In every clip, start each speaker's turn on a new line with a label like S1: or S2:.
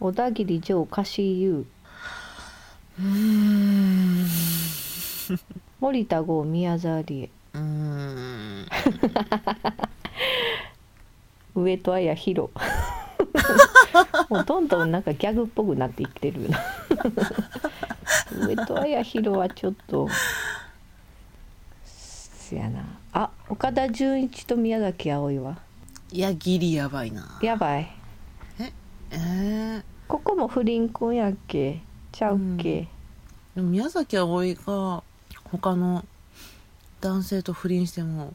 S1: 小田切城歌詞優
S2: うーんう
S1: 森田剛宮沢りえ
S2: ーん
S1: 上戸彩ヒ ロもうどんどんなんかギャグっぽくなっていってるな上戸彩ヒロはちょっとせやなあ岡田准一と宮崎あおいはい
S2: やギリやばいな
S1: やばい
S2: えー、
S1: ここも不倫婚やっけちゃうっけ、
S2: でも宮崎あおいが他の男性と不倫しても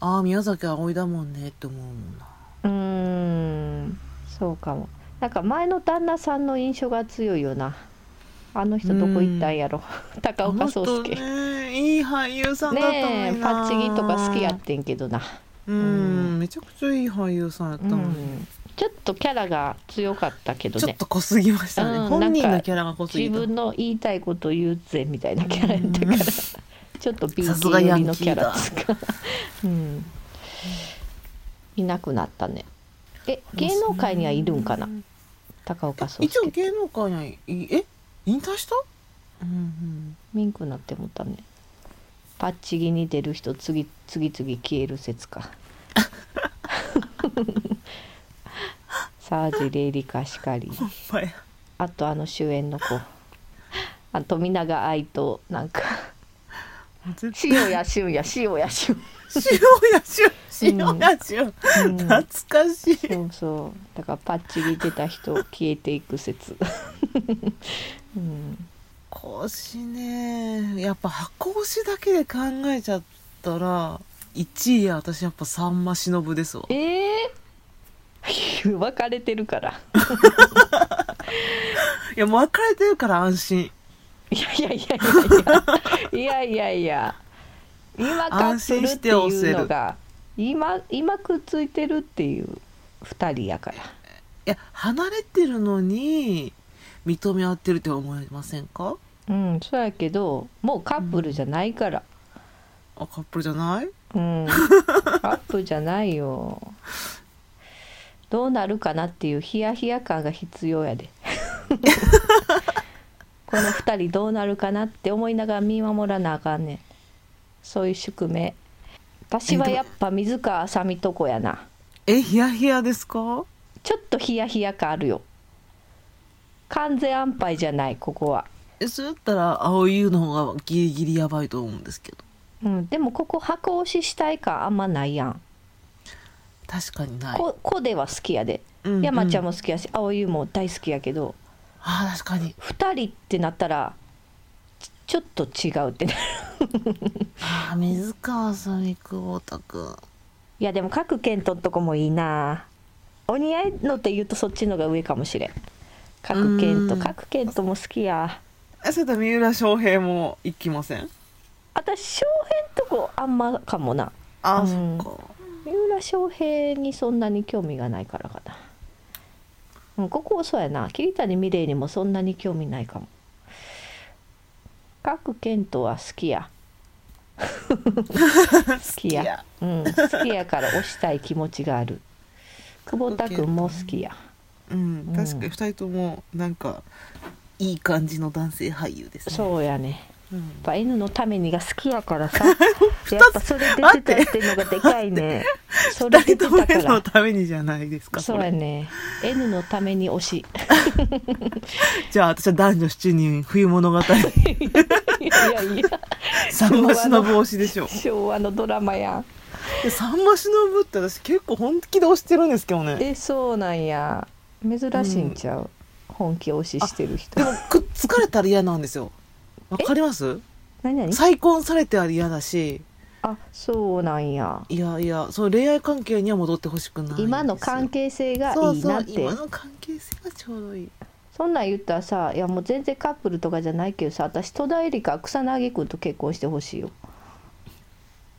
S2: ああ宮崎あおいだもんねって思うもんな
S1: うーんそうかもなんか前の旦那さんの印象が強いよなあの人どこ行ったんやろ高岡壮
S2: あの人
S1: 介
S2: ねいい俳優さんだったの
S1: ねえ
S2: にな
S1: パッチギとか好きやってんけどな、
S2: うんめちゃくちゃいい俳優さんやった
S1: う
S2: のに、
S1: ん、ちょっとキャラが強かったけど
S2: ちょっ
S1: ね
S2: と濃すぎましたね、
S1: うん
S2: 本人のキャラが濃すぎ
S1: 自
S2: た
S1: 分の言いたいこと言うぜみたいなキャラやったから、ちょっと B 級
S2: さすがヤ
S1: 寄り
S2: ン
S1: の
S2: キ
S1: キャ
S2: ー
S1: ラ
S2: だ
S1: つうか、うん、いなくなったねえ芸能界にはいるんかな高岡壮
S2: 一応
S1: 介
S2: 芸能界にはいえ引退した、うん
S1: ミンクなって思ったねパッチギに出る人次次々消える説かサージ・レイリカしかり
S2: うん、ほんまや
S1: あとあの主演の子あ富永愛となんか
S2: 絶
S1: 塩谷俊也塩谷俊
S2: 塩や塩塩や塩、
S1: 也、うん
S2: 懐かしい
S1: そうそうだからパッチギ出た人消えていく説うん
S2: 講師ねやっぱ箱推しだけで考えちゃったら1位は私やっぱさんま忍ですわ
S1: ええ ー、別れてるから
S2: いやもう別れてるから安心
S1: いやいやいやいやいやいやいやいや今カ
S2: 安
S1: ップル
S2: 心
S1: っ
S2: してて押
S1: い
S2: せ
S1: う
S2: る
S1: のが今今くっついてるっていう2人やから
S2: いや離れてるのに認め合ってるって思いませんか
S1: うんそうやけどもうカップルじゃないから
S2: あカップルじゃない
S1: うん、カップルじゃないよどうなるかなっていうヒヤヒヤ感が必要やでこの2人どうなるかなって思いながら見守らなあかんねんそういう宿命私はやっぱ水川あさみとこやな
S2: えヒヤヒヤですか
S1: ちょっとヒヤヒヤ感あるよ完全安牌じゃないここは、
S2: えそれだったら青い優の方がギリギリやばいと思うんですけど
S1: うん、でもここ箱押ししたい感あんまないやん、
S2: 確かにない、
S1: ここでは好きやで
S2: うんうん
S1: 山ちゃんも好きやし蒼井優も大好きやけど
S2: あー確かに
S1: 2人ってなったらちちょっと違うってな る
S2: あー水川さん久保田君
S1: いやでも各県とんとこもいいなお似合いのって言うとそっちのが上かもしれん各県と
S2: うん
S1: 各県とも好きや
S2: えそれだったら三浦翔平も行きません
S1: 私翔平んとこあんまかもな
S2: あー、
S1: うん
S2: そっか
S1: 三浦翔平にそんなに興味がないからかなうんここそうやな桐谷美玲にもそんなに興味ないかも各県とは好きや好きやうん、好きやから押したい気持ちがある久保田君も好きや
S2: うん
S1: 確かに
S2: 二人ともなんかいい感じの男性俳優ですう、
S1: そうやねや
S2: うん
S1: っぱ N のためにが好きやからさやっぱそれ出てたっていうのがでかいねそれ出て
S2: 二人とも
S1: たか
S2: N の
S1: ら
S2: ためにじゃないですか
S1: そう
S2: これ
S1: やね N のために推し
S2: じゃあ私は男女7人冬物 語
S1: いやいや
S2: さんま忍推しでしょう
S1: 昭和のドラマやん
S2: でさんま忍って私結構本気で推してるんですけどね
S1: えそうなんや珍しいんちゃう、本気推ししてる人
S2: でもくっつかれたら嫌なんですよわかります
S1: 何何
S2: 再婚されては嫌だし
S1: あそうなんや
S2: いやいやそう恋愛関係には戻ってほしくないんですよ
S1: 今の関係性が
S2: そう
S1: いいな
S2: そ
S1: っ
S2: う
S1: て
S2: 今の関係性がちょうどいい
S1: そんなん言ったらさいやもう全然カップルとかじゃないけどさ私戸田恵梨香草薙君と結婚してほしいよ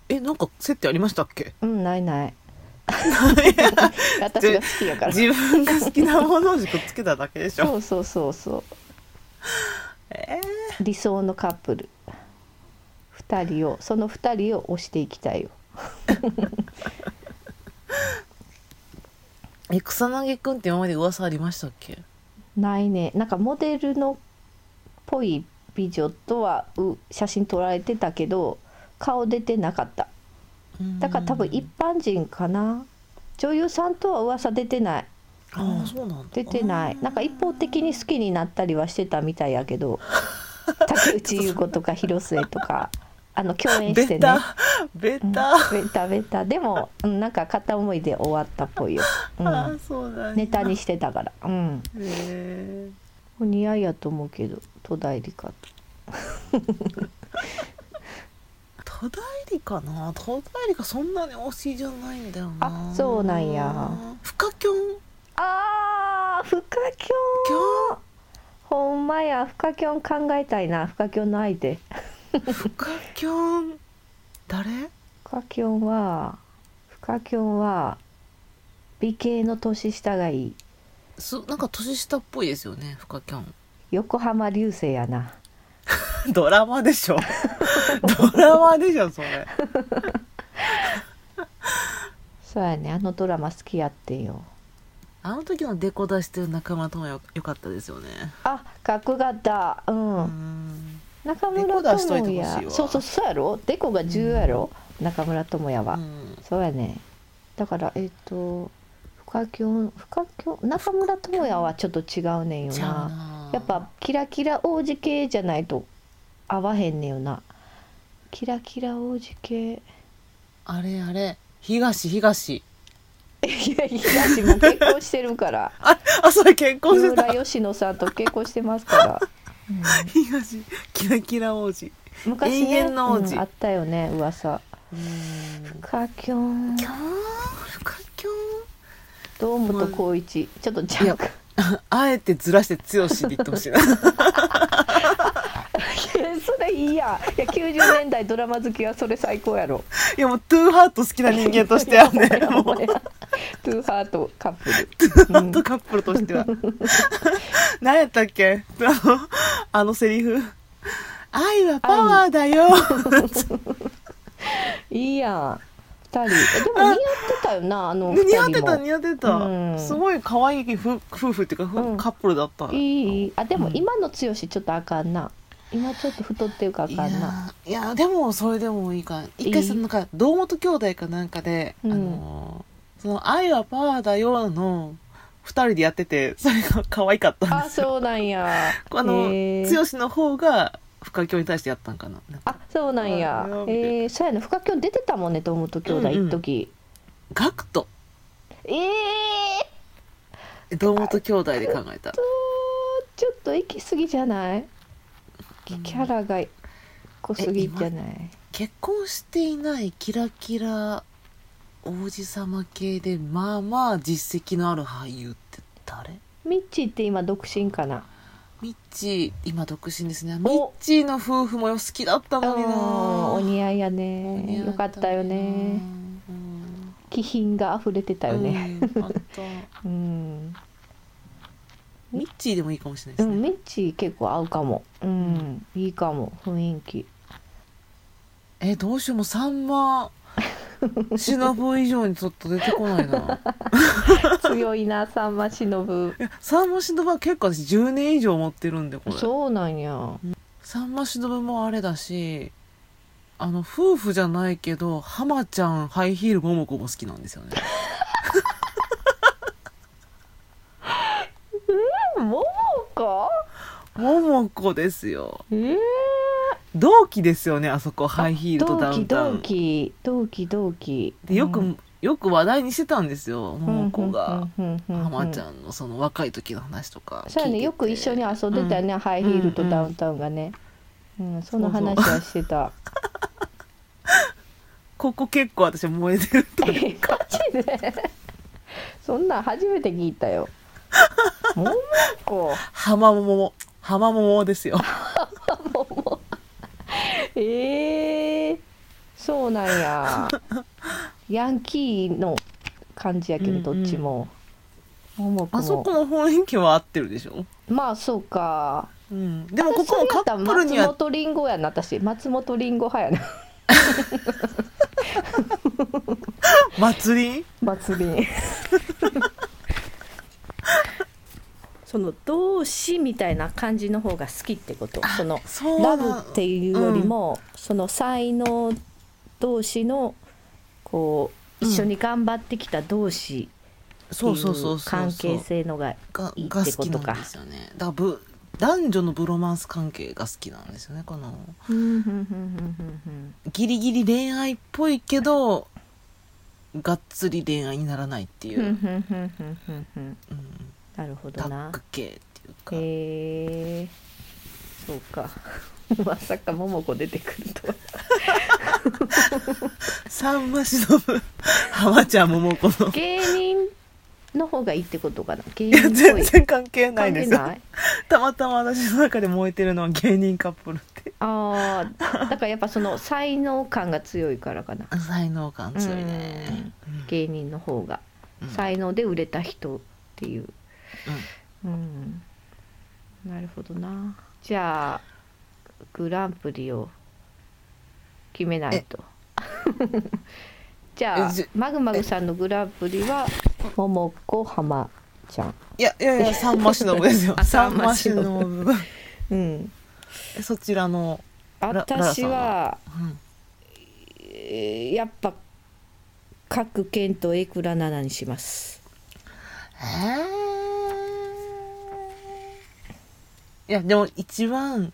S2: えなんか接点ありましたっけ
S1: うんないない 私が好きやから
S2: 自分が好きなものをくっつけただけでしょ
S1: そうそうそうそ
S2: え
S1: う理想のカップル2人をその2人を推していきたいよ
S2: ーえ草薙くんって今まで噂ありましたっけ
S1: ないねなんかモデルのっぽい美女とはう写真撮られてたけど顔出てなかった
S2: うん
S1: だから多分一般人かな女優さんとは噂出てない
S2: ああそうなんだ
S1: 出てない
S2: あー
S1: なんか一方的に好きになったりはしてたみたいやけ ど竹内優子とか広末とかあの共演して
S2: ベ
S1: ね
S2: タベ
S1: うん
S2: タ、
S1: ベタベタでもうんなんか片思いで終わったっぽいよ、う
S2: ああ
S1: ん、
S2: そうなんだ
S1: ネタにしてたからうん
S2: へえ
S1: お似合いやと思うけど戸田恵梨香と
S2: 戸田恵梨香な戸田恵梨香そんなに推しじゃないんだよな
S1: あそうなんや
S2: 深きょん
S1: あー深き
S2: き
S1: ょん
S2: ょん
S1: ほんまや深きょん考えたいな深きょんの相手
S2: 深きょん誰
S1: 深きょんは深きょんは美形の年下がいい
S2: すなんか年下っぽいですよね深きょん
S1: 横浜流星やな
S2: ドラマでしょ ドラマでしょそれ
S1: そうやねあのドラマ好きやってんよ
S2: あの時のデコ出してる仲間ともよよかったですよね
S1: あかっこよかったうん、
S2: うん
S1: 中村
S2: デコ
S1: 智
S2: 出しといてほしいわ
S1: 也そうそうそうやろデコが重要やろ、中村智也は、
S2: うん
S1: そうやねだからえっ、と深きょん深きょん中村智也はちょっと違うねんよ
S2: ちゃう
S1: な
S2: な
S1: やっぱキラキラ王子系じゃないと合わへんねんよなキラキラ王子 系
S2: あれあれ東東
S1: いや東も結婚してるから
S2: あ あそれ結婚
S1: 三
S2: して
S1: 浦
S2: た
S1: 佳乃さんと結婚してますから、うん
S2: 東キラキラ王子
S1: 昔ね
S2: 永遠の王子
S1: うんあったよね噂
S2: うん
S1: かきょん
S2: きょーんかきょ
S1: 堂本光一ちょっとジャンク
S2: ーん あえてずらして強しって言ってほしいな
S1: それいいやいや90年代ドラマ好きはそれ最高 やろ
S2: いやもうトゥーハート好きな人間として はねもう
S1: ほんまやトゥーハートカップル
S2: ハ ートカップルとしては何やったっけ あのあのセリフ愛はパワーだよ
S1: いいやん2人えでも 似合ってたよなあの2人も
S2: 似合ってた似合って
S1: う
S2: た
S1: ん
S2: すごい可愛い夫夫婦っていうか夫
S1: うん
S2: カップルだった
S1: いいあでも今の剛ちょっとあかんな今ちょっと太ってるからあかんない
S2: やーいやーでもそれでもいいか一回
S1: いい
S2: さなんか堂本兄弟かなんかで、
S1: うん
S2: あのーその「愛はパワーだよ」の二人でやっててそれが可愛かったん
S1: あ
S2: ですよ
S1: そうなん や
S2: あの
S1: へー
S2: 剛の方が深京に対してやったんかななんか
S1: あそうなんや
S2: あー
S1: えー、そうやね深きょん出てたもんね堂本兄弟
S2: うんうん
S1: 一時、
S2: ガクト
S1: ええー
S2: 堂本兄弟で考えた
S1: とちょっと行き過ぎじゃないキ
S2: うん
S1: ャラが濃すぎじゃない
S2: 結婚していないキラキラ王子様系でまあまあ実績のある俳優って誰
S1: ミッチーって今独身かな
S2: ミッチー今独身ですねミッ
S1: お
S2: チーの夫婦もよ好きだったのにな
S1: うんお似合いや
S2: お似合
S1: ね
S2: い
S1: よかったよね
S2: うん
S1: 気品が溢れてたよね
S2: うん あった
S1: うん、
S2: ミッチーでもいいかもしれな
S1: う
S2: いです
S1: ん、
S2: ね、
S1: ミッチー結構合うかもうんいいかも雰囲気
S2: えどうしようもうサンマシノブ以上にちょっと出てこない な
S1: 強いなさんま 忍
S2: いやサンマシノブは結構私10年以上持ってるんでこれ
S1: そうなんや
S2: サンマシノブもあれだしあの夫婦じゃないけどハマちゃんハイヒールモモコも好きなんですよね
S1: ももか
S2: モモコですよ
S1: えー、
S2: 同期ですよねあそこハイヒールとダ
S1: 同
S2: ウン
S1: 期
S2: タウ
S1: 同
S2: ン
S1: 期同期同期
S2: でよく、
S1: うん
S2: よく話題にしてたんですよ桃子が
S1: ハ
S2: 浜ちゃんのその若い時の話とか
S1: そうや
S2: 聞いて
S1: ね
S2: て
S1: よく一緒に遊んでたよね、ハイヒールとダウンタウンがね、うんその話はしてた
S2: ここ結構私燃えてると
S1: えガチで そんなん初めて聞いた よももこ
S2: 浜桃浜桃ですよ
S1: えー、そうなん やヤンキーの感じやけどどっちも、ももこ
S2: あ
S1: も
S2: そこの雰囲気は合ってるでしょ、
S1: まあそうか
S2: うん、でもここもカップル
S1: 私そ
S2: に
S1: れや
S2: は
S1: ったら松本りんごやな私松本りんご派やな
S2: 祭り
S1: 祭り その同志みたいな感じの方が好きってことその
S2: そう
S1: ラ
S2: な
S1: ブっていうよりも、その才能同士のこう
S2: うん
S1: 一緒に頑張ってきた同士ってい
S2: そうそうそう
S1: う
S2: そう
S1: 関係性のが
S2: が
S1: いい
S2: が
S1: って
S2: 好
S1: こ
S2: き
S1: と
S2: な
S1: か
S2: んですよねだからぶ男女のブロマンス関係が好きなんですよねこの
S1: うんふんふんふんふんふん
S2: ギリギリ恋愛っぽいけどがっつり恋愛にならないっていう、
S1: ふんふんふんふんふんふん
S2: うん
S1: なるほど
S2: タッ
S1: な
S2: グ系っていうか、
S1: へえそうかまさか桃子出てくるとは
S2: さんま忍 ぶ浜ちゃん桃子の
S1: 芸人の方がいいってことかな芸
S2: い
S1: 人
S2: や
S1: っぽ
S2: 全
S1: い
S2: 然関係な
S1: 感
S2: いで
S1: じ
S2: すよ
S1: ない
S2: たまたま私の中で燃えてるのは芸人カップルって
S1: ああだからやっぱその才能感が強いからかな
S2: 才能感強いね、
S1: 芸人の方が、
S2: うん
S1: 才能で売れた人っていううんなるほどなじゃあグランプリを決めないと じゃあ
S2: えじ
S1: マグマグさんのグランプリは桃子浜ちゃん
S2: いやいやいやさんま忍ぶです よ
S1: あ
S2: さ
S1: さ
S2: ん
S1: ん
S2: ま
S1: ま
S2: 忍
S1: 忍ぶ
S2: ぶ
S1: うん
S2: そちらの、ラララ
S1: 私
S2: さん
S1: は
S2: うん
S1: えーやっぱ各県とエクラナナにします
S2: えーいやでも一番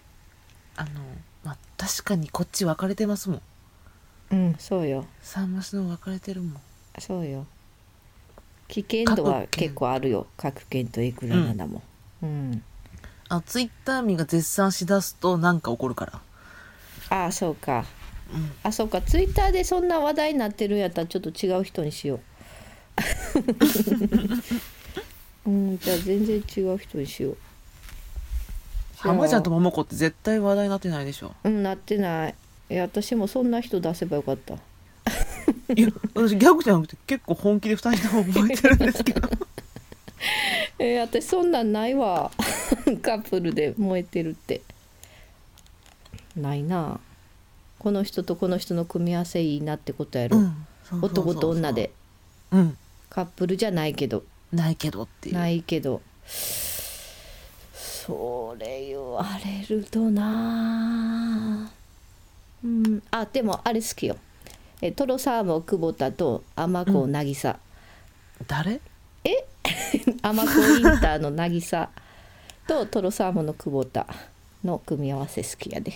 S2: あの、まあ、確かにこっち分かれてますもん
S1: うんそうよ
S2: さんま忍ぶ分かれてるもん
S1: そうよ危険度は結構あるよ各県とエクラナナもうん、
S2: あツイッター民が絶賛しだすとなんか起こるから
S1: ああそうか
S2: うん
S1: あそうかツイッターでそんな話題になってるんやったらちょっと違う人にしよううんじゃあ全然違う人にしよう
S2: 浜ちゃんと桃子って絶対話題になってないでしょ
S1: うんなってないいや私もそんな人出せばよかった
S2: いや私ギャグじゃなくて結構本気で2人とも覚えてるんですけど
S1: えー私そんなんないわ カップルで燃えてるってないなこの人とこの人の組み合わせいいなってことやろ、
S2: うんそうそうそうそう
S1: 男と女で
S2: うん
S1: カップルじゃないけど
S2: ないけどっていう
S1: ないけどそれ言われるとなあうんあでもあれ好きよえトロサーモン久保田と天子渚、
S2: 誰
S1: 天子インターの渚とトロサーモンの久保田の組み合わせ好きやで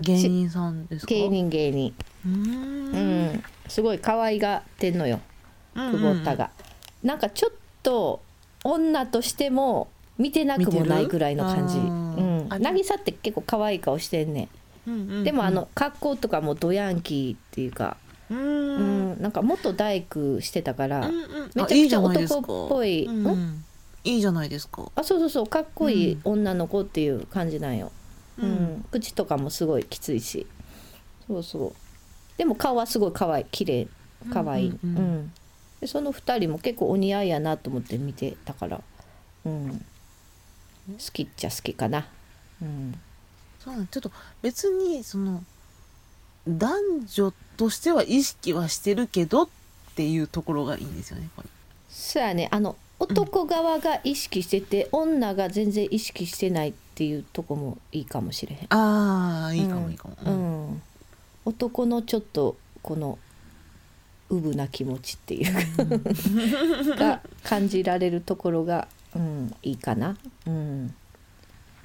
S2: 芸人さんですか
S1: 芸人芸人
S2: うー
S1: うんんすごい可愛がってんのよ久保田が、なんかちょっと女としても見てなくもないぐらいの感じ、
S2: 見
S1: う
S2: てるあー
S1: ん、渚って結構可愛い顔してんね
S2: うんうんうんうん
S1: でもあの格好とかもドヤンキーっていうか、
S2: う
S1: うん
S2: うん
S1: んなんか元大工してたから、
S2: うん
S1: めちゃくちゃ
S2: あいいじゃないですか
S1: 男っぽい
S2: うんうんいいじゃないですか
S1: あそうそうそうかっこいい女の子っていう感じなんよ、
S2: う
S1: うんん口とかもすごいきついしそうそうでも顔はすごい可愛い綺麗可愛い
S2: うんうん
S1: う
S2: うん
S1: んでその2人も結構お似合いやなと思って見てたから、うん、好きっちゃ好きかな、うん、
S2: そうなんちょっと別にその男女としては意識はしてるけどっていうところがいいんですよねこれ
S1: そうやねあの男側が意識してて、女が全然意識してないっていうとこもいいかもしれへん
S2: ああいいかも、
S1: うん
S2: いいかも、
S1: う
S2: うん
S1: ん、男のちょっとこのうぶな気持ちって いうかが感じられるところが、うん、いいかな、うん、